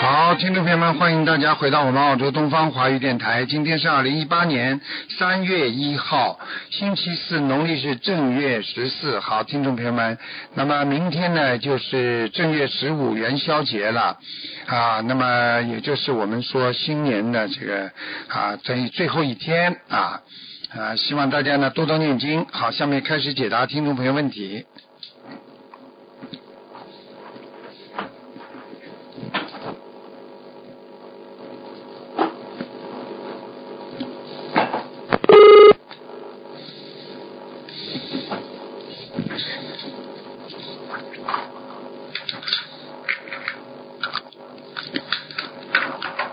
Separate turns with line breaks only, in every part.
好，听众朋友们，欢迎大家回到我们澳洲东方华语电台。今天是二零一八年三月一号，星期四，农历是正月十四。好，听众朋友们，那么明天呢就是正月十五元宵节了啊，那么也就是我们说新年的这个啊最最后一天啊啊，希望大家呢多多念经。好，下面开始解答听众朋友问题。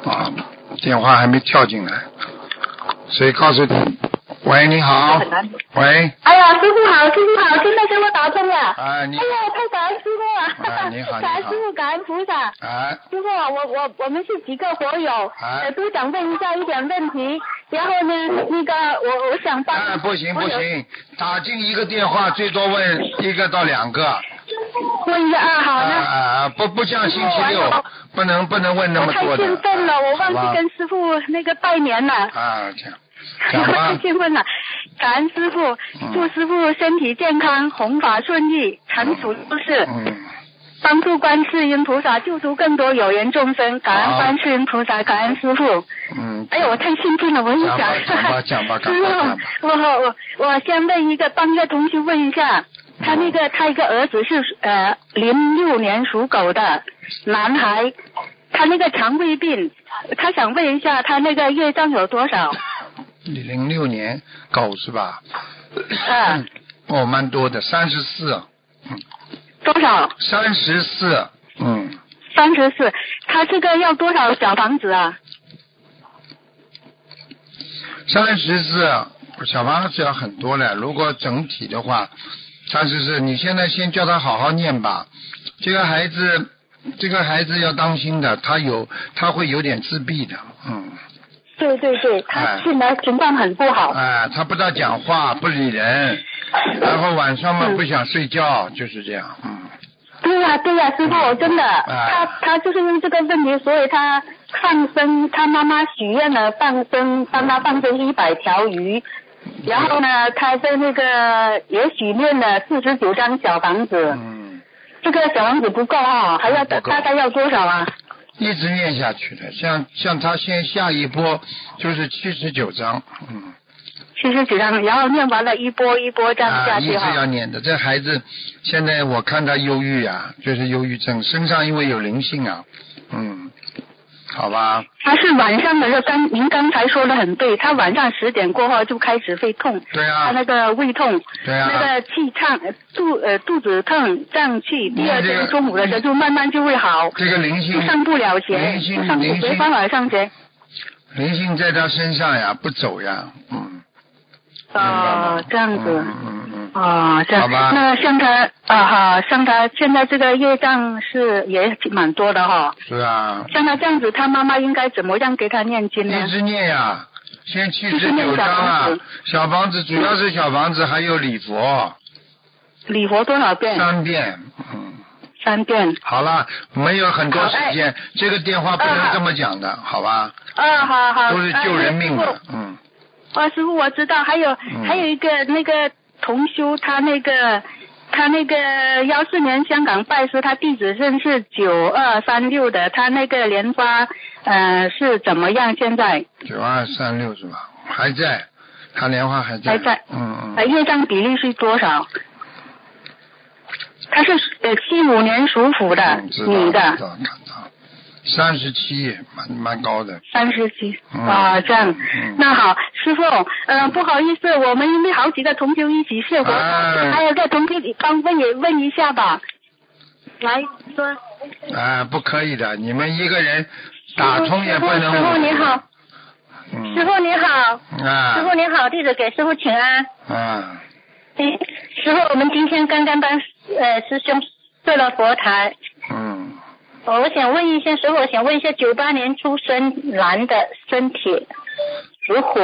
啊，电话还没跳进来，所以告诉你，喂，你好，喂，
哎呀，师傅好，师傅好，真的给我打通了。哎
啊，你
呀，太感恩师傅了。
哎你好你 好
感恩师傅，感恩菩萨。
啊，
师傅，我我我们是几个佛友，
哎
呃，都想问一下一点问题。然后呢，那个我我想帮。
哎，不行
我
不
有。
行，打进一个电话最多问一个到两个，啊
问一下啊，好，
啊
那
啊，不不像星期
我还
六
有，
不能不能问那
我
么
太
多的，
兴奋了，我忘
好吧
记跟师傅那个拜年了。
啊，讲讲
我太
吧，嗯
兴奋了，感恩师傅，祝师傅身体健康，弘法顺利，成熟入世。
嗯，
帮助观世音菩萨救出更多有缘众生，感恩
好
观世音菩萨，感恩师傅。
嗯，
哎呦，我太兴奋了，我一想，
讲吧讲吧讲 吧
师
讲吧
傅，我我我先问一个，帮一个同学问一
嗯
下，他那个他一个儿子是呃零六年属狗的男孩，他那个肠胃病，他想问一下他那个业障有多少？
零六年狗是吧？
嗯，
哦，蛮多的，三十四，
多少？
三十四，嗯，
三十四。他这个要多少小房子啊？
三十四，小房子要很多了。如果整体的话，三十四，你现在先叫他好好念吧。这个孩子，这个孩子要当心的，他有他会有点自闭的，嗯，
对对对，他
哎
现在情况很不好。
哎，他不大讲话，不理人，哎然后晚上嘛
嗯
不想睡觉，就是这样，嗯，
对呀、对呀、师傅，我真的，
哎
他他就是因为这个问题，所以他放生，他妈妈许愿了放生，帮他放生一百条
嗯
鱼，然后呢，他在那个也许念了四十九张小房子，
嗯，
这个小房子不够啊，还要
不够
大概要多少啊？
一直念下去的。像像他先下一波就是七十九章，嗯。
七十九张，然后念完了一波一波这样
啊，
下
一
去
直
哈、
要念的。这孩子现在我看他忧郁啊，就是忧郁症，身上因为有灵性啊，嗯，好吧，
他是晚上的时候，刚您刚才说的很对，他晚上十点过后就开始会痛，
对
他
啊，
那个胃痛，
对啊，
那个气畅，呃肚呃肚子痛胀气，第二
你这个
天中午的时候就慢慢就会好，
这个灵
就
性
上不了学
灵，性
就上
灵性
没办法上学。
灵性在他身上呀，不走呀，嗯，
哦，这样子。
嗯嗯嗯，
哦，这样。
好吧
那像他啊哈，像他现在这个业障是也蛮多的哈、
是啊，
像他这样子，他妈妈应该怎么样给他念经
一
呢？
直念呀，先七
就
十
是那
九
个
章啊
小房
小房子
子，
主要是小房子，还有礼佛
礼佛多少遍？
三遍，嗯。
三遍。
好了，没有很多
好
时
哎
间，这个电话不
嗯
能
好
这么讲的，好吧？
啊，好好。
都是救人命
哎师
的
傅，
嗯，
啊，师傅我知道，还有、
嗯
还有一个那个同修，他那个他那个幺四年香港拜师，他地址证是九二三六的，他那个莲花呃是怎么样？现在
九二三六是吧？还在，他莲花还在，
还在
嗯
呃
嗯，
业障比例是多少？他是呃七五年属虎的
嗯知道
女
知
的，
道看到，三十七，蛮蛮高的，
三十七
嗯
啊，这样
嗯。
那好，师傅，呃，不好意思，我们因为好几个同修一起谢佛，
哎
还有个同修，你帮问也问一下吧。来说，
啊，不可以的，你们一个人打通也不能。
师傅你好，师
嗯，
傅你好，师傅
啊
你好，弟子给师傅请安。
啊，
哎师傅，我们今天刚刚帮呃师兄设了佛台，
嗯，
我想问一下师傅，我想问一下九八年出生男的身体，属虎，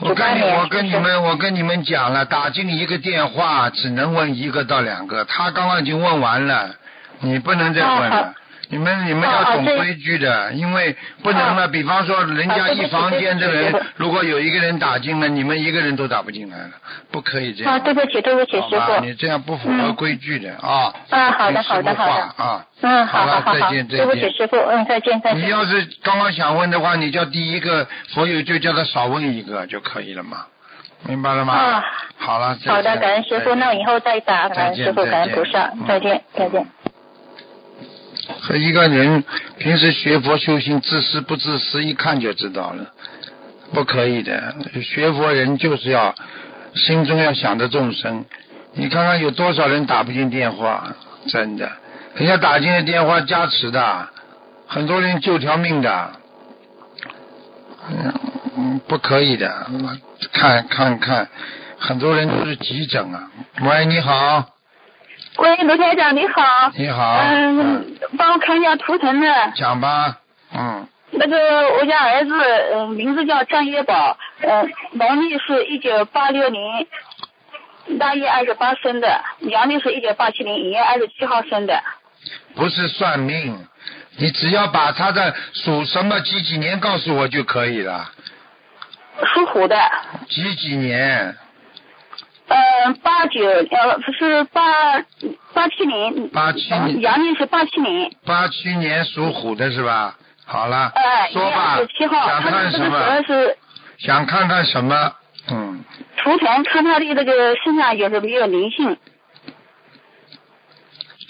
我
九八
跟你
年
我跟你
出生
们我跟你们讲了，打进一个电话只能问一个到两个，他刚刚已经问完了，你不能再问
哦
了
好，
你们你们
哦
要
哦
懂
这
规矩的，因为不能了。比方说，人家
哦对不
一
起
房间的
对不起对
人
不起，
如果有一个人打进来，你们一个人都打不进来了，不可以这样。
啊，对不起，对不起，
好
师
吧，
傅。
你这样不符合
嗯
规矩的啊。
啊，好的，
听师
好的，
傅
好
话
的。
啊。
嗯，
好
好
了
好好好，
再见再
对不起，
见
师傅，嗯，再见，再
你
见。
要是刚刚想问的话，你叫第一个所有就叫他少问一个就可以了嘛，明白了吗？
啊
好了，再
好的，
见
感恩师
再
傅，
见
那我以后再打，感
再
恩
见嗯
师傅，感恩菩萨
再见，
再见，再见。
和一个人平时学佛修行自私不自私，一看就知道了，不可以的。学佛人就是要心中要想着众生。你看看有多少人打不进电话，真的，人家打进的电话加持的，很多人救条命的。嗯嗯，不可以的，看看看，很多人都是急诊啊。喂，你好，
喂，卢台长你好。
你好，嗯
嗯，帮我看一下图腾的，
讲吧，嗯。
那个我家儿子，嗯，名字叫张月宝，嗯，农历是一九八六年腊月二十八生的，阳历是一九八七年一月二十七号生的。
不是算命，你只要把他的属什么几几年告诉我就可以了。
属虎的，
几几年？
呃，八九呃不是八八七年，
87年
阳历是八七年，
八七年属虎的是吧？好了，
呃，一月
说吧
二十七，号，
想
他
看
的这
什
个主要
么？
是
想看看什么？嗯，
图腾，看他的那个身上有没有灵性，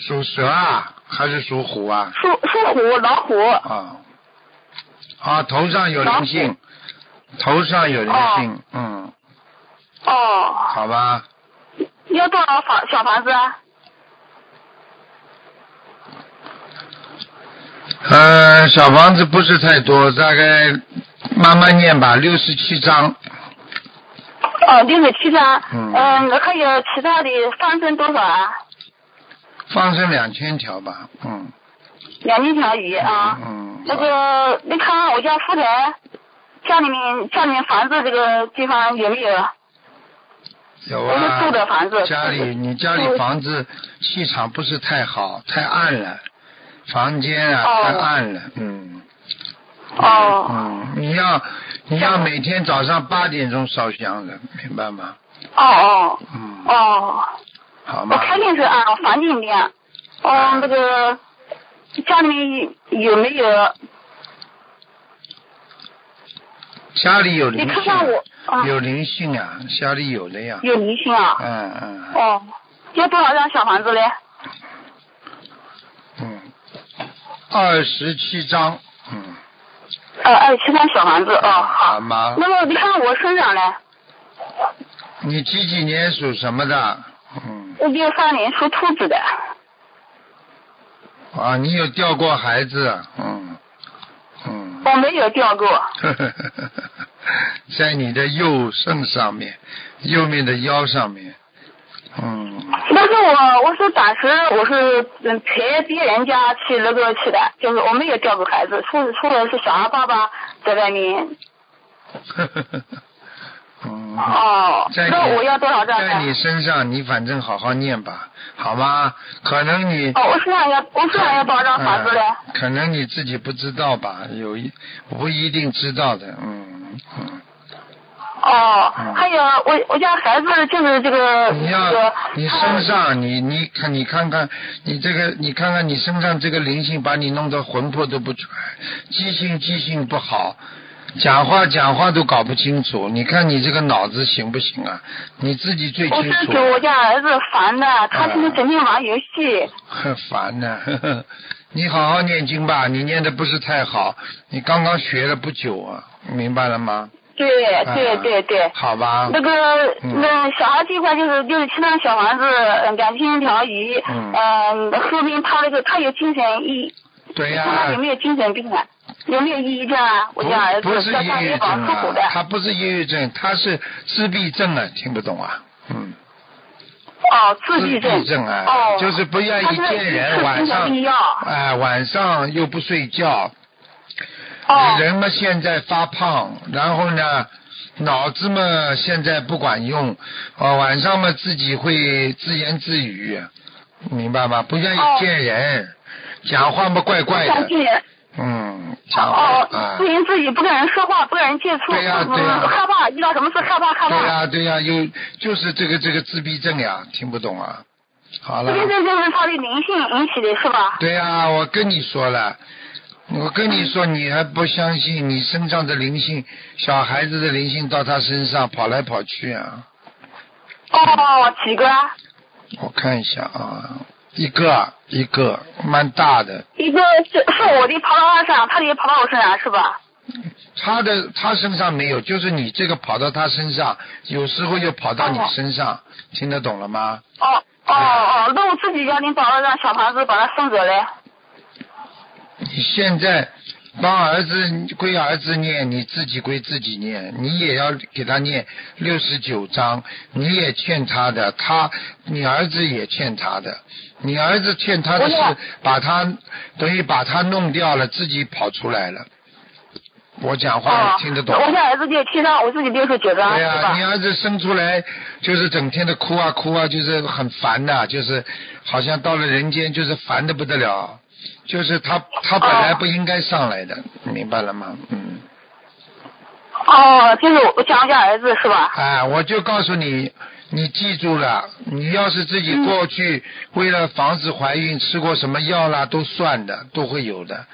属蛇啊，还是属虎啊？
属属虎老虎，
啊，啊，头上有灵性，头上有灵性，嗯，
哦，
好吧，
要多少房小房子啊？
呃，小房子不是太多，大概慢慢念吧，六十七章，
哦，六十七张。
嗯
嗯，还有其他的放生多少啊？
放生两千条吧，嗯。
两千条鱼啊。
嗯。
那个，你看看我家后台，家里面家里面房子这个地方有没有？
有
我
啊。
们住的房子
家里，你家里房子气场不是太好，太暗了，房间啊、
哦
太暗了，嗯。
哦
嗯，你要你要每天早上八点钟烧香的，明白吗？
哦哦
嗯。
哦，
好
我
吗？
看见是啊，我房间里面，
啊
哦，那个家里面有没有？
家里有
你
灵
看
性啊
看，我啊，
有灵性啊，家里有的呀。
有灵性啊？
嗯嗯
哦，要多少张小房子嘞？
嗯，二十七章，嗯。
呃，二十七张小房子哦，好
好。吗？
那么你看我身上嘞？
你几几年属什么的？嗯，
我六三年属兔子的。
啊，你有掉过孩子？嗯，嗯，
我没有掉过。
在你的右肾上面，右面的腰上面，嗯，
但是我我是当时我是嗯陪别人家去那个去的，就是我没有掉过孩子，除除了是小孩爸爸在外面。
嗯，
哦，
在
那
你
我要多少张啊
在你
呢？
身上，你反正好好念吧，好吗？可能你
哦，我身上要我身上要多少张房子嘞？
嗯可能你自己不知道吧，有一不一定知道的，嗯嗯。
哦
嗯，
还有我我家孩子就是这个
你
这
要
个
你身上，你你看你看看你这个你看看你身上这个灵性，把你弄得魂魄都不全，记性记性不好，讲话讲话都搞不清楚。你看你这个脑子行不行啊？你自己最
我
清
是
楚
给，我家儿子烦的，他就是
嗯
整天玩游戏。
很烦呢、呵呵 你好好念经吧，你念的不是太好，你刚刚学了不久啊，明白了吗？啊
对对
嗯
对对。
好吧。
那个
嗯
那小孩这一块就是六十七张小房子，呃两千条鱼，
嗯
嗯，后面他那个他有精神抑，
对呀、
看他有没有精神病啊？有没有抑郁症啊？我家儿
不不
子
是
叫
抑
张
郁
月宝
症
出虎的
啊，，他不是抑郁症，他是自闭症啊，听不懂啊，嗯，
哦，自
自
闭
闭
症，
症啊，
哦，
就是不愿意见人，
他是
晚
精神
上
病药，
哎、晚上又不睡觉，
哦，
人嘛现在发胖，然后呢，脑子嘛现在不管用，哦，晚上嘛自己会自言自语，明白吗？不愿意
哦
见人，讲话嘛怪怪
相
的，
信人。
嗯，讲话
哦
啊，，
不仅自己不跟人说话，不跟人接触，
对呀对呀
嗯害怕遇到什么事害怕害
对
怕。
呀、对呀、有就是这个这个自闭症呀，听不懂啊，好了
这。这就是他的灵性引起的，是吧？
对呀、我跟你说了，我跟你说，你还不相信，你身上的灵性，小孩子的灵性到他身上跑来跑去啊。
哦，几个？
我看一下啊，一个一个，蛮大的。
一个是是我的跑到他身上，他的也跑到我身
啊
上，是吧？
他的他身上没有，就是你这个跑到他身上，有时候又跑到你身上，听得懂了吗？
哦
嗯
哦哦，那我自己家庭找了让小房子把他送走嘞。
你现在帮儿子归儿子念，你自己归自己念，你也要给他念六十九章，你也欠他的，他你儿子也欠他的，你儿子欠他的是
我也
把他等于把他弄掉了，自己跑出来了。我讲话
哦
你听得懂吗？
我现在儿子就七张，我自己六十九张，
对
啊是
呀、
吧
你？儿子生出来就是整天的哭啊哭啊，就是很烦的、就是好像到了人间就是烦的不得了，就是他他本来不应该上来的，明白了吗？嗯，
哦，就是我讲我家儿子是吧？
哎，我就告诉你，你记住了，你要是自己过去为了防止怀孕吃过什么药啦，都算的，都会有的，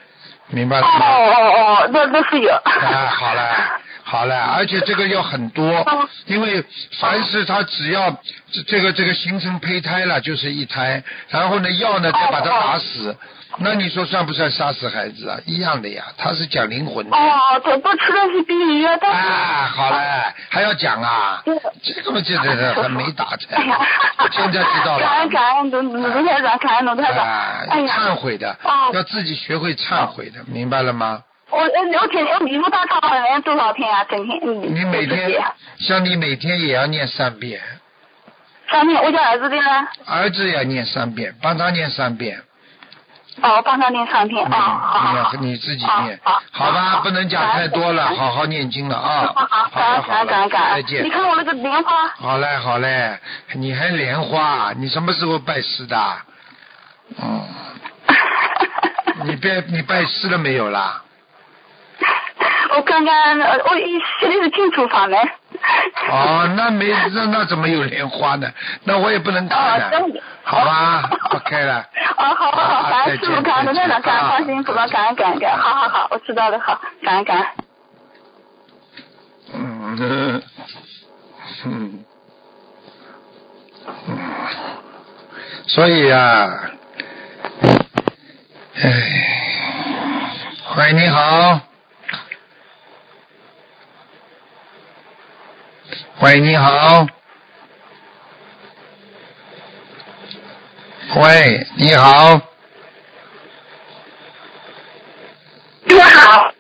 明白
哦
了吗？
哦哦，那那是有。
啊，好了，好了，而且这个要很多
哦，
因为凡是他只要这这个这个形成胚胎了，就是一胎，然后呢药呢再把
哦
它打死，那你说算不算杀死孩子啊？一样的呀，他是讲灵魂的。
哦，对，不吃的是鳖鱼，但是。
啊，好了，还要讲啊
对，
这个嘛，这这这还没打
哎呀
才，现在知道了。
感恩感恩卢卢台长，感恩卢台长。
啊，
哎呀，
忏悔的，
哦
要自己学会忏悔的，明白了吗？
我我天我礼物大忏悔文多少天啊？整天嗯
你每
我自己
天，像你每天也要念三遍。
三天，我家儿子的呢？
儿子要念三遍，帮他念三遍，
哦，我帮他念三天
嗯，
啊，好好好，
你你自己
哦
念，
好，
好吧，不能讲太多了，
感恩
好好念经了啊
好，
好了
好，感
好
恩感
了
恩感恩，
再见
你，看我那个莲花，
好嘞好嘞，你还莲花，你什么时候拜师的？嗯，你拜你拜师了没有啦？
我刚刚呃我一现在是进厨房门。
哦，那没那那怎么有莲花呢？那我也不能看
哦
的
真的，
好吧，OK 了。
哦，好好好，感
啊再
恩
见
师傅，感恩
再
卢
见啊
台长，感恩观世音菩萨，感恩感恩感恩，好好好，我知道了，好，感恩感恩。
嗯嗯嗯， 所以啊，哎，喂，你好，喂，你好，喂，你好，
师傅好，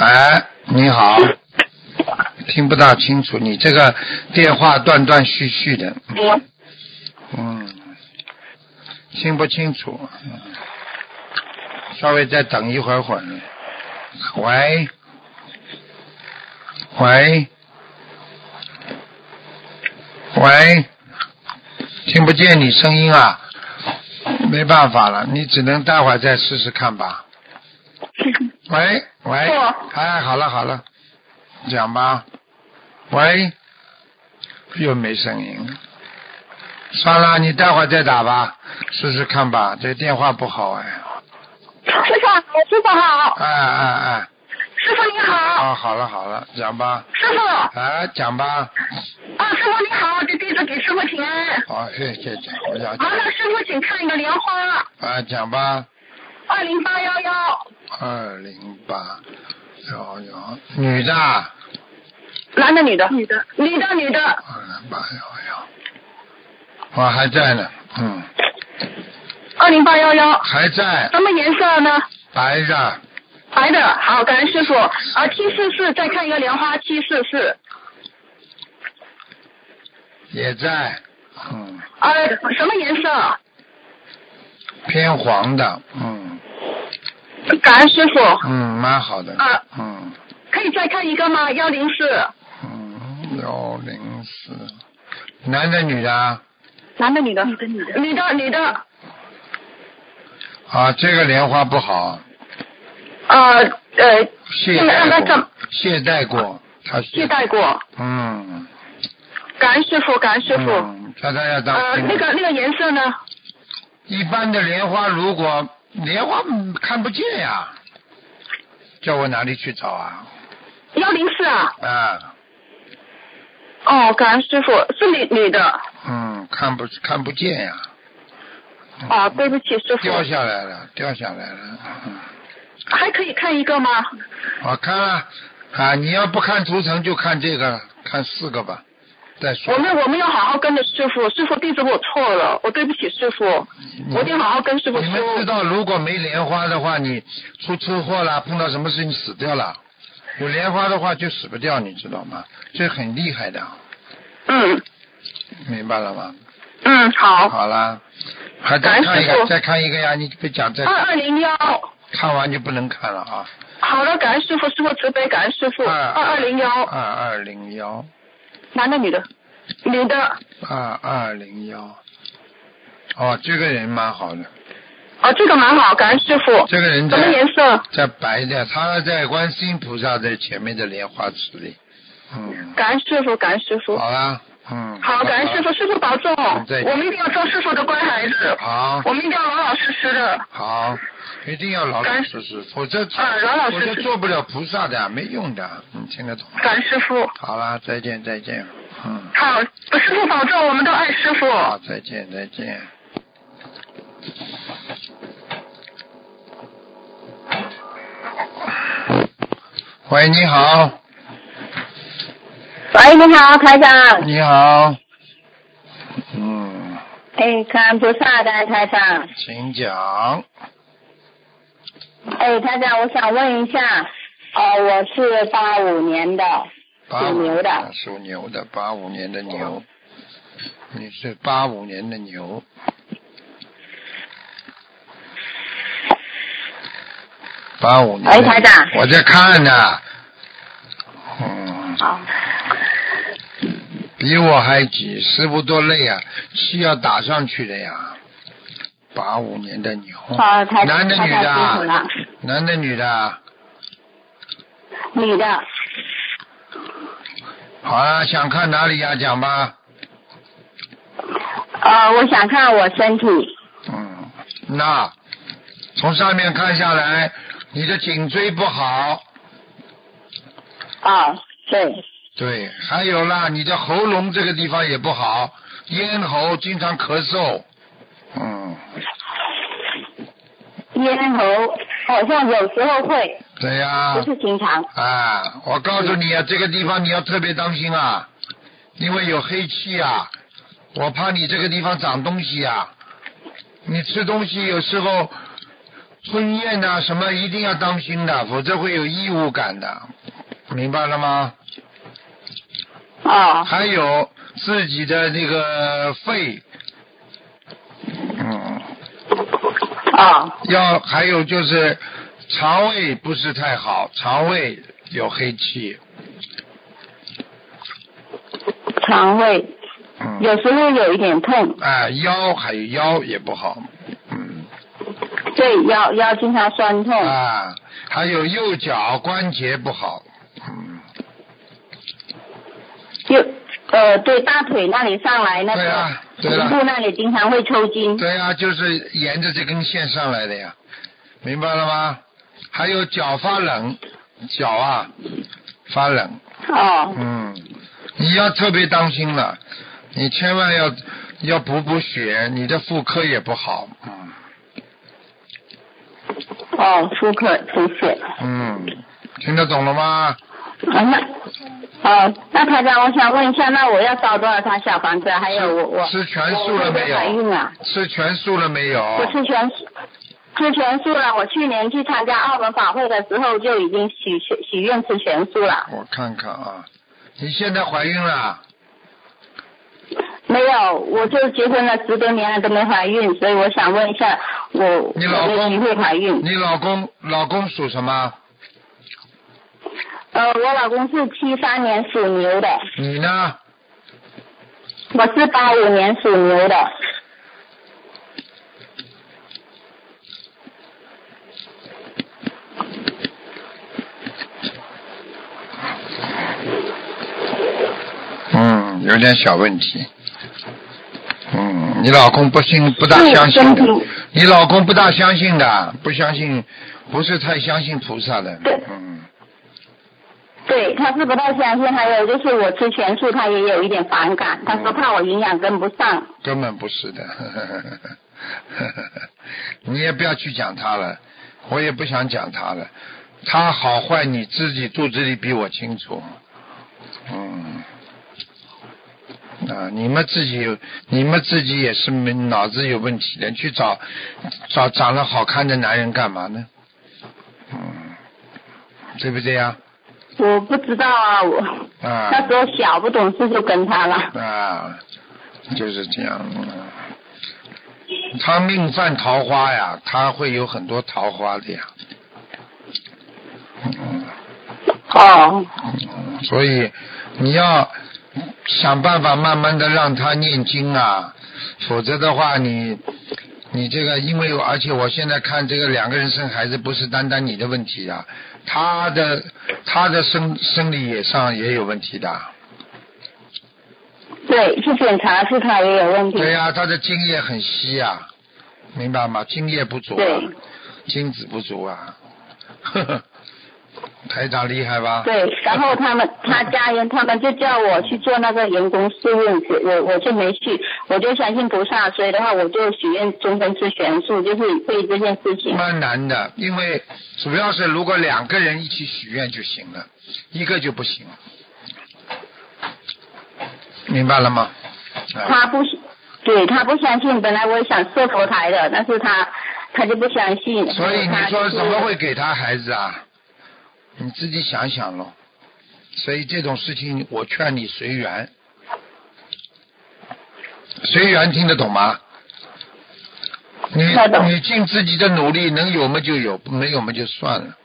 哎，你好，听不大清楚，你这个电话断断续续的。
我
嗯，听不清楚，嗯稍微再等一会儿会儿。喂，喂，喂，听不见你声音啊，没办法了，你只能待会儿再试试看吧。喂喂
对啊，
哎，好了好了，讲吧。喂，又没声音了。算了，你待会儿再打吧，试试看吧。这电话不好哎，
师傅好，师傅好，
哎哎
师傅你
哎，
好，
啊，好了好了，讲吧，
师傅啊，
哎，讲吧，
师傅你好，这弟子给师傅请安。
好，哦谢谢谢谢，我要
麻烦师傅请看一个莲花，
啊，讲吧，
二零八幺幺，
二零八幺幺，女的，二
男的女的？女的，女的女的。
零八幺幺，我还在呢，嗯，
二零八幺幺，
还在，
什么颜色呢？
白的，
白的，好，感恩师傅。啊，七四四，再看一个莲花，七四四。
也在，嗯，
呃，什么颜色？
偏黄的，嗯
感恩师傅。
嗯，蛮好的
啊，
嗯。
可以再看一个吗？幺零四，
嗯，幺零四，男的女的啊？
男的女的？女的女的。
啊，这个莲花不好，
啊
呃呃，
懈
那那
怠
那
过
怎，
懈怠过，他
替代过。
嗯，
感恩师傅，感恩师傅。
嗯，大家要
啊
当
呃，
心。
那个那个颜色呢？
一般的莲花，如果莲花嗯看不见呀，叫我哪里去找啊？
幺零四啊。
啊，
哦，感恩师傅，是女女的。
嗯，看不看不见呀？嗯
啊
哦，对不起，师傅。
掉下来了，掉下来了。嗯，
还可以看一个吗？
我看了啊，你要不看图腾就看这个，看四个吧，再说
我。们我们要好好跟着师傅，师傅弟子我错了，我对不起师傅，我一定好好跟师傅
嗯你们知
说。
道，如果没莲花的话，你出车祸了，碰到什么事情死掉了。有莲花的话就死不掉，你知道吗？这很厉害的，
嗯
明白了吗？
嗯，好。
好啦，还再看一
感恩师
个，
傅
再看一个呀！你别讲，再
二二零幺，
看完就不能看了啊。
好的，感恩师傅，师傅慈悲，感恩师傅。
二
二二零幺，
二二零幺，
男的女的？女的。
二二零幺。哦，这个人蛮好的，
哦，这个蛮好，感恩师傅。
啊这个人
什么
在
颜色？
在白的，他在观世音菩萨在前面的莲花池里。嗯，
感恩师傅，感恩师傅。
好啦，嗯。
好，感恩师傅，师傅保重。哦
再见
我们一定要做师傅的乖孩子，
好，
我们一定要老老实实的。
好，一定要老老实实，否则
啊老老实
否
实
则做不了菩萨的，没用的，你听得懂吗？
感恩师傅。
好啦，再见再见，嗯。
好，师傅保重，我们都爱师傅。
好，再见，再见。喂，你好，
喂，你好，台长。
你好，嗯，
哎，感恩菩萨的台长。
请讲。
哎，台长，我想问一下，呃，我是八五年的，
八五啊
属牛的
属牛的，八五年的牛，你是八五年的牛，八五年的。
喂台长
我在看呢、嗯，
好，
比我还急，师傅多累啊，气要打上去的呀。八五年的牛，
好，台
男的
台长
女的
辛苦
啊？
了，
男的女的啊？
女的，
好啊，想看哪里呀、讲吧。
呃，我想看我身体，
嗯，那从上面看下来，你的颈椎不好，
啊、对，
对，还有啦，你的喉咙这个地方也不好，咽喉经常咳嗽，嗯，
咽喉好像有时候会，
对呀、
不是经常，
啊，我告诉你啊，这个地方你要特别当心啊，因为有黑气啊，我怕你这个地方长东西啊。你吃东西有时候吞咽呐、什么一定要当心的，否则会有异物感的，明白了吗？
哦，
还有自己的那个肺，嗯，
哦，
要还有就是肠胃不是太好，肠胃有黑气，
肠胃
嗯。
有时候有一点痛，
啊，腰还有腰也不好，嗯，
对，腰腰经常酸痛，
啊，还有右脚关节不好，嗯，
就呃对大腿那里上来那
对
个
啊，
腹
对啊，
部那里经常会抽筋。
对啊，就是沿着这根线上来的呀，明白了吗？还有脚发冷，脚啊发冷，
哦，
嗯，你要特别当心了，你千万要要补补血，你的妇科也不好，嗯
哦，妇科出血。
嗯，听得懂了吗？
啊，那哦，那台长，我想问一下，那我要烧多少张小房子？还有我我
吃全素了没
我怀
有？哦
孕了，
吃全素了没有？
我吃全素吃全素了。我去年去参加澳门法会的时候就已经许许许愿吃全素了，
我看看啊，你现在怀孕了？
没有，我就结婚了十多年了都没怀孕，所以我想问一下，我
你老公
有没有机会怀 孕？
你老公老公属什么？
呃，我老公是七三年属牛的，
你呢？
我是八五年属牛的。
嗯有点小问题。嗯，你老公不信，不大相信的
对身体。
你老公不大相信的，不相信，不是太相信菩萨的。
对
嗯，
对，他是不太相信，还有就是我吃全素，他也有一点反感，他说怕我营养跟不上。
根本不是的。 你也不要去讲他了，我也不想讲他了。他好坏你自己肚子里比我清楚。嗯。啊，你们自己，你们自己也是没脑子有问题的，去找找长得好看的男人干嘛呢？嗯，对不对呀？
我不知道啊，我
啊
那时候小不懂事就跟他了。
啊，就是这样。嗯他命犯桃花呀，他会有很多桃花的呀。嗯
哦，
嗯所以你要想办法慢慢的让他念经啊，否则的话你你这个因为我而且我现在看这个两个人生孩子不是单单你的问题啊，他的他的生生理也上也有问题的。
对，去检查是他也有问题。
对呀、他的精液很稀呀、明白吗？精液不足、啊
对，
精子不足啊， 呵呵，台长厉害吧？
对，然
嗯
后他们他家人他们就叫我去做那个人工试验，我我就没去，我就相信菩萨，所以的话我就许愿终身吃全素，就是对这件事情。
蛮难的，因为主要是如果两个人一起许愿就行了，一个就不行，明白了吗？啊，
他不，对他不相信，本来我也想设佛台的，但是他他就不相信。
所以你说怎么
他就是
会给他孩子啊？你自己想想咯。所以这种事情，我劝你随缘，随缘听得懂吗？你
听得懂
你尽自己的努力，能有么就有，没有么就算了。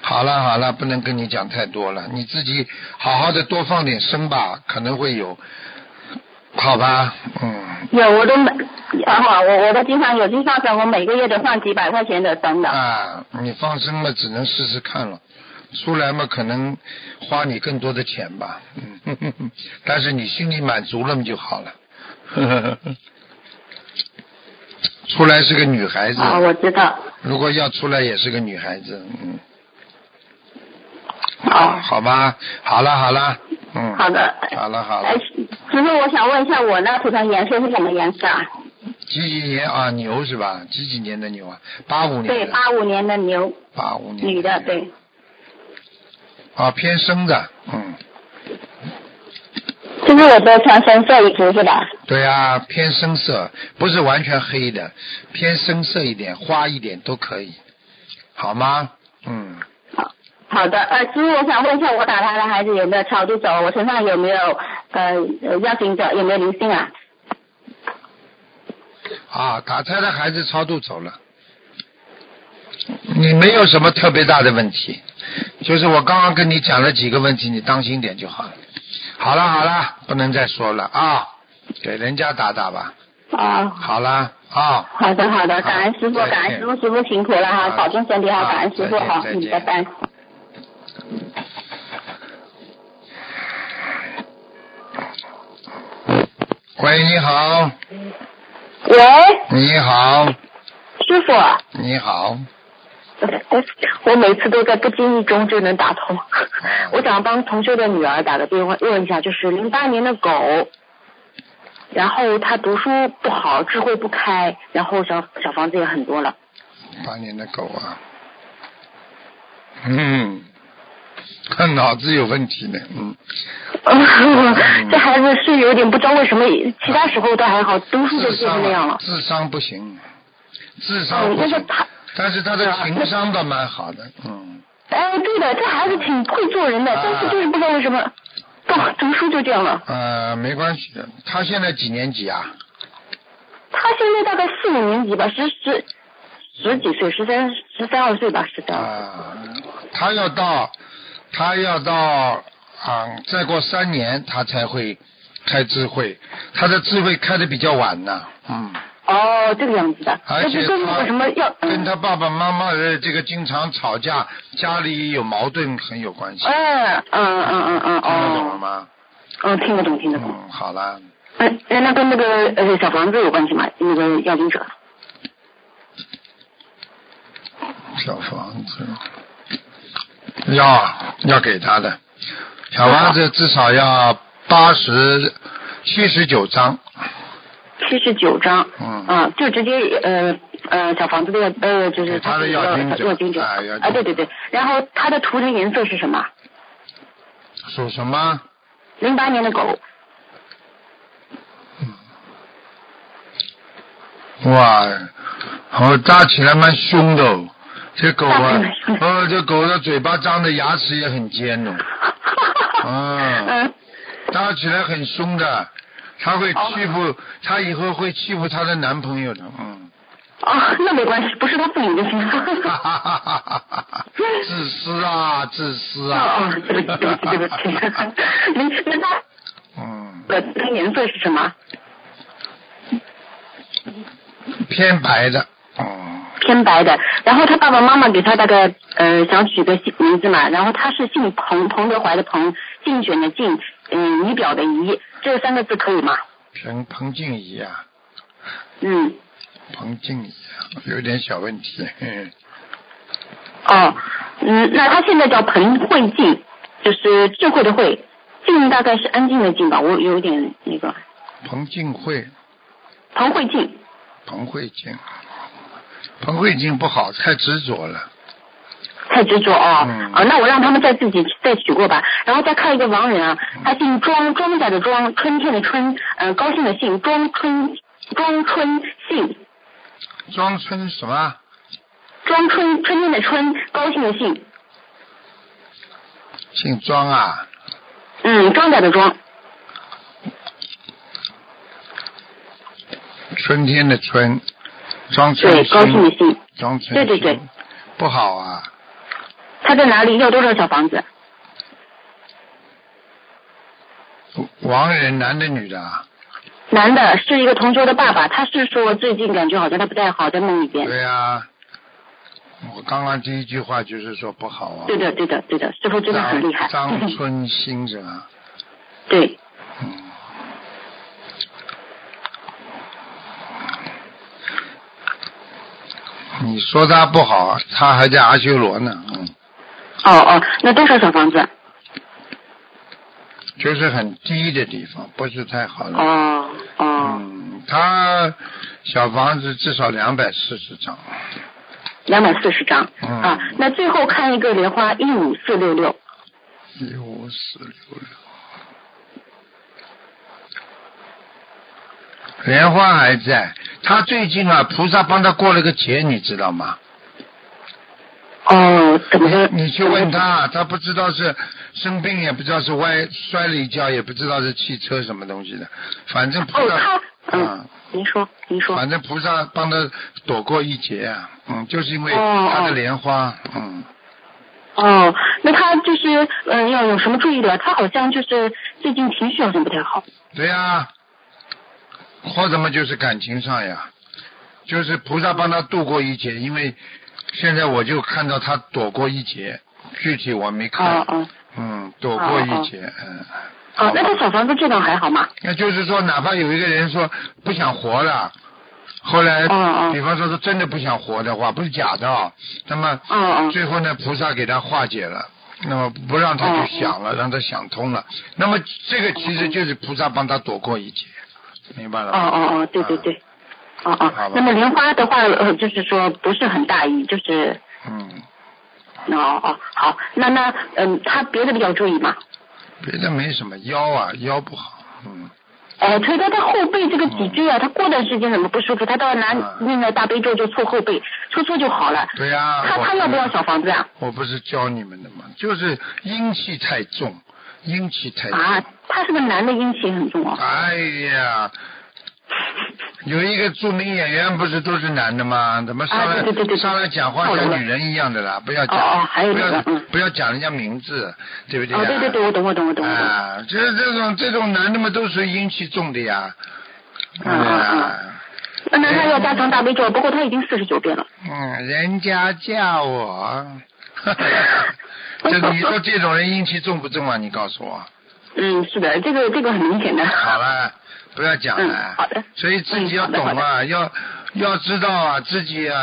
好了好了，不能跟你讲太多了，你自己好好的多放点声吧，可能会有，好吧？嗯，
有，我都每啊，我我都经常有去上升，我每个月都放几百块钱的升的。
啊，你放生了，只能试试看了。出来嘛，可能花你更多的钱吧， 嗯，但是你心里满足了嘛 就好了。出来是个女孩子，
啊，我知道。
如果要出来也是个女孩子，嗯，
哦，
好吧，好了好了，嗯，
好的。
好了好了
哎，，师傅，我想问一下，我那图腾颜色是什么颜色啊？
几几年啊牛是吧？几几年的牛啊？八五
对，
年的，
八五年的牛，
八五年
女的，
牛
对。
啊偏生的，嗯，
就是我都穿深色衣服是吧？
对啊，偏深色，不是完全黑的，偏深色一点，花一点都可以，好吗？嗯，
好的，呃，师傅，我想问一下，我打胎的孩子有没有超度走？我身上有没有呃呃要行者？有没有灵性啊？
啊，打胎的孩子超度走了，你没有什么特别大的问题，就是我刚刚跟你讲了几个问题，你当心点就好了。好了好了，不能再说了啊，给人家打打吧。
啊，
好了啊，
好的好的，感恩师傅，
好再见
感恩师傅，师傅辛苦了哈，
好
保重身体哈，
好
感恩师傅
再见
哈，
再
嗯，
见
拜拜。
喂，你好，
喂，
你好，
师傅，
你好，
我每次都在不经意中就能打通。 我想帮同学的女儿打个电话问一下，就是零八年的狗，然后她读书不好，智慧不开，然后小小房子也很多了。
八年的狗啊，嗯，看脑子有问题呢，嗯，
这孩子是有点不知道为什么，其他时候倒还好，读书就
智
变成
商
那样啊了。
智商不行，智商
嗯，
不
但是啊
行，
他，
但是他的情商倒蛮好的，嗯，
哎，对的，这孩子挺会做人的，
啊
但是就是不知道为什么，不好读书就这样了。
呃，没关系的，他现在几年级啊？
他现在大概四五年级吧，十十十几岁，十三十三二岁吧，十三。
啊、他要到，他要到啊、再过三年他才会开智慧，他的智慧开的比较晚呢，嗯。
哦，这个样子的。
而
那
且
这跟
他
为什么要？
跟他爸爸妈妈的这个经常吵架，家里有矛盾很有关系，
哎嗯嗯嗯嗯嗯
听得懂了
哦。
吗？
嗯，听得懂，听得懂。
嗯，好了，
哎、哎，那跟那个呃小房子有关系吗？那个要经者。
小房子要要给他的，小房子至少要八十七十九张，
七十九张，
嗯，
嗯，就直接呃呃小房子的要呃就是
对他的
是
要经者
要经者
哎要经者
啊对对对，然后它的图腾颜色是什么？
属什么？
零八年的狗，
哇，哦，扎起来蛮凶的哦，这狗啊
扎起来，凶
哦，这狗的嘴巴张的牙齿也很尖哦，嗯
嗯，
扎起来很凶的，它会
哦
欺负，它以后会欺负她的男朋友的， 嗯，
哦，那没关系，不是啊他自己就行。
哈哈哈哈哈哈，自私啊，自私
哦
啊，
哦，对不起，对不起，对不起。 那那它
嗯，
的图腾颜色是什么？
偏白的，嗯，
偏白的。然后他爸爸妈妈给他大概呃想取个姓名字嘛，然后他是姓彭，彭德怀的彭，竞选的竞，嗯、仪表的仪，这三个字可以吗？
彭彭静怡啊，
嗯，
彭静怡啊，有点小问题， 嗯，
哦，嗯，那他现在叫彭慧静，就是智慧的慧，静大概是安静的静吧，我有点那个
彭静慧，
彭慧静。
彭慧静，彭慧静不好，太执着了。
太执着哦，
嗯
啊，那我让他们再自己再取过吧。然后再看一个亡人啊，他姓庄，庄稼的庄，春天的春，呃，高兴的兴，庄春，庄春兴，
庄春什么？
庄春春天的春，高兴的兴，
姓庄啊？
嗯，庄稼的庄，
春天的春，庄春
对，
兴
高兴的兴。
庄春
对对
兴
对，
不好啊！
他在哪里？要多少小房子？
亡人男的女的啊？
男的是一个同学的爸爸，他是说最近感觉好像他不太好，在梦里边。
对啊，我刚刚第一句话就是说不好啊。
对的，对的，对的，师傅真的很厉害。
张张春兴是吧？
对，
嗯。你说他不好，他还在阿修罗呢，嗯，
哦哦，那多少小房子？
就是很低的地方，不是太好了。
哦哦，
嗯，他小房子至少两百四十张，
两百四十张。
嗯
啊，那最后看一个莲花一五四六六，
一五四六六。莲花还在，他最近啊，菩萨帮他过了个节，你知道吗？
哦，怎么个？
你你去问他，他不知道是生病，也不知道是歪摔了一跤，也不知道是汽车什么东西的，反正菩
哦，
萨
他，嗯，
啊，
您说，您说，
反正菩萨帮他躲过一劫啊，嗯，就是因为
哦
他的
哦
莲花，嗯。
哦，那他就是，嗯，要有什么注意的？他好像就是最近情绪好像不太好。
对呀、或者嘛就是感情上呀，就是菩萨帮他度过一劫，因为现在我就看到他躲过一劫，具体我没看，
哦哦，
嗯，躲过一劫，嗯，
哦，那他小房子质量还好吗？
那就是说，哪怕有一个人说不想活了，后来，
哦哦
比方说是真的不想活的话，不是假的、啊，那么
哦哦，
最后呢，菩萨给他化解了。那么不让他
嗯
去想了，让他想通了。那么这个其实就是菩萨帮他躲过一劫，明白了
哦
吗？啊
哦哦，对对对。哦哦
好吧，
那么莲花的话，呃，就是说不是很大意，就是
嗯，
哦哦好，那那嗯，他别的比较注意嘛，
别的没什么，腰啊腰不好，嗯，
哎，所以他的后背这个脊椎啊，他过段时间怎么不舒服？他到拿
嗯
那个大悲咒就搓后背，搓搓就好了。
对呀、
他
我
他要不要小房子啊？
我不是教你们的嘛，就是阴气太重，阴气太重，
啊，他是个男的，阴气很重哦。
哎呀，有一个著名演员不是都是男的吗？怎么上来、
啊对对对对
上来讲话
我
像
懂了
女人一样的啦？不要讲，
哦哦还有
不
那
要、
个嗯
不要讲人家名字，对不对、啊？
哦，对对对，我懂我懂我懂我懂。
啊，就是这种这种男的嘛，都是阴气重的呀。啊
嗯嗯嗯那那
哎
他要加强大悲咒，不过他已经四十九遍了。
嗯，人家叫 我。这你说这种人阴气重不重啊？你告诉我。
嗯，是的，这个这个很明显的。
好了，不要讲了。
嗯好的
所以自己要
嗯好的
懂
好
啊，要要知道啊，自己啊，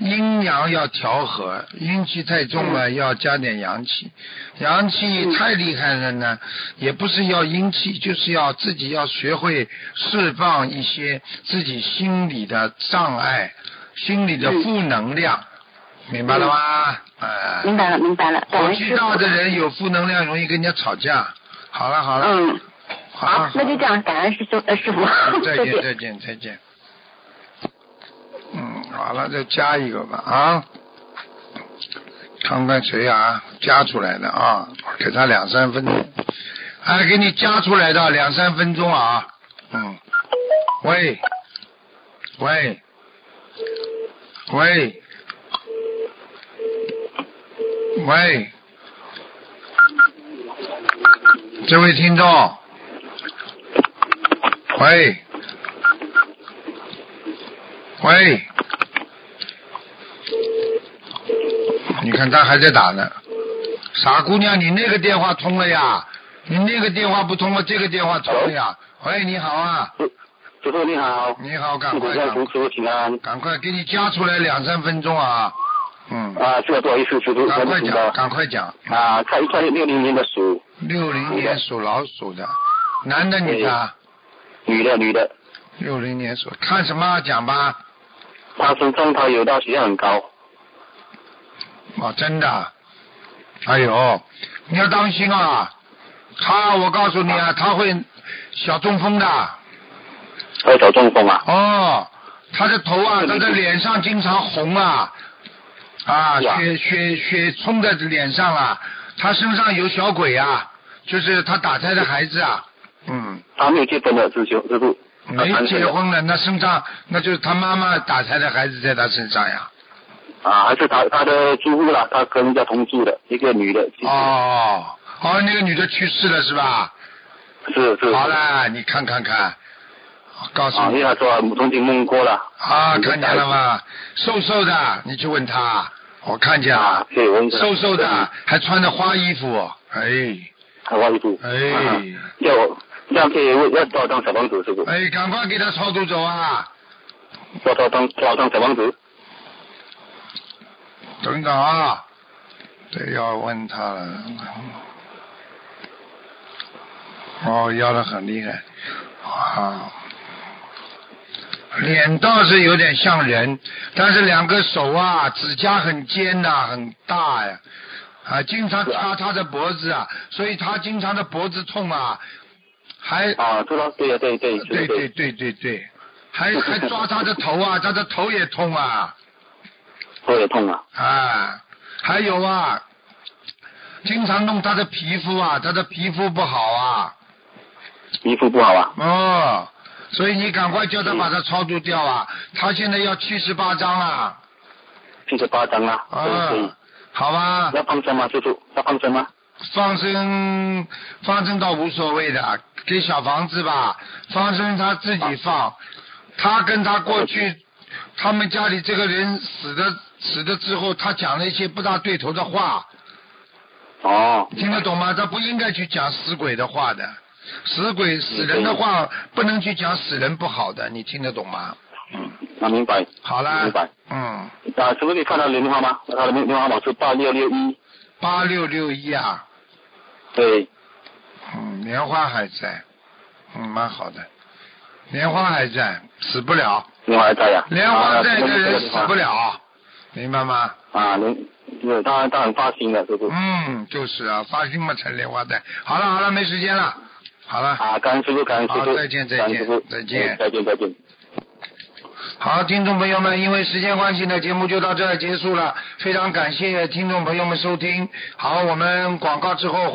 阴阳要调和，阴气太重
嗯
了、要加点阳气，阳气太厉害了呢，也不是要阴气，就是要自己要学会释放一些自己心里的障碍，心里的负能量，
嗯
明白了吗？哎、
明白了，明白了。感
火
恩
气
师
大
傅。
的人有负能量，容易跟人家吵架。好了好了，
嗯，
好啊了
好，那就
了
这样，感恩师兄呃师傅，
再
谢
见，
谢。
再见，再见。嗯，好了，再加一个吧啊。看看谁啊，加出来的啊，给他两三分钟，哎，给你加出来的两三分钟啊，嗯，喂，喂，喂，喂，这位听众，喂，喂，你看他还在打呢。傻姑娘，你那个电话通了呀？你那个电话不通了，这个电话通了呀？喂，你好啊，
师傅你好，
你好，赶
祝
快
大家同
赶
师傅平安。
赶快给你加出来两三分钟啊，嗯，
啊，是的，不好意思，师傅，
赶
我
快
不知道
讲，。赶快讲。
啊，看一看六零年的鼠，
六零年属老鼠的，男的女的啊？
女的女的，
六零年属，看什么啊讲吧？
她身上她有道血压很高，
哦，真的啊，哎呦，你要当心啊！他，我告诉你啊，他会小中风的。
还有小中风啊。
哦，他的头啊，
是
他
的
的
是的
脸上经常红啊，啊，
是啊
血血血冲在脸上啊，他身上有小鬼啊，就是他打胎的孩子啊，嗯，
她没有结婚的，师兄师傅。她
没
单身
结
的
婚了，那身上那就是他妈妈打胎的孩子在他身上呀，
啊，还是她她的住户啦，她跟人家同住的，一个女的。其实，
哦，哦，那个女的去世了是吧？
是是。
好。了，你看看看，我告诉
啊，因
你
为她说我曾经梦过了。
啊，看见了？吗？瘦瘦的，你去问他，我看见了
啊，，嗯对，我问一下
瘦瘦的，还穿着花衣服，哎。
还外服。
哎
啊叫我这样可以问要多少张小房子，师傅？
哎，赶快给他超度走啊！
多少张多少张小房子？
等等啊，这要问他了。哦，要的很厉害啊！脸倒是有点像人，但是两个手啊，指甲很尖呐、很大呀、啊，经常掐他的脖子啊，所以他经常的脖子痛啊，还
啊，知道，对呀，对对
对对对对对，还还抓他的头啊，他的头也痛啊
头也痛啊，
啊，还有啊，经常弄他的皮肤啊，他的皮肤不好啊，
皮肤不好啊，
哦，所以你赶快叫他把他超度掉啊，他现在要七十八张了，
七十八张啊，
啊
可以可以，，
好吧，
要放生吗，师傅？要放生吗？
放生放生倒无所谓的，给小房子吧，放生他自己放，他跟他过去他们家里这个人死的死了之后，他讲了一些不大对头的话，
哦，
听得懂吗？他不应该去讲死鬼的话的，死鬼死人的话不能去讲死人不好的，你听得懂吗？
那明白。
好啦
明白。，
嗯，
啊，师傅，你看到人电话吗？他的电话号码是八六六一，
八六六一啊，
对，
嗯，莲花还在，嗯，蛮好的，莲花还在，死不了。
电话还在呀。
莲花在的人
啊
死不。了，明白吗？
啊，人，对，他他很发心的，师傅。
嗯，就是啊，发心嘛才莲花在。好了好了，没时间了，好了，
啊，感恩师傅，感恩师
好
傅，
再见再见
感恩师傅
再见
嗯再见，再见。
好，听众朋友们，因为时间关系呢，节目就到这儿结束了，非常感谢听众朋友们收听。好，我们广告之后。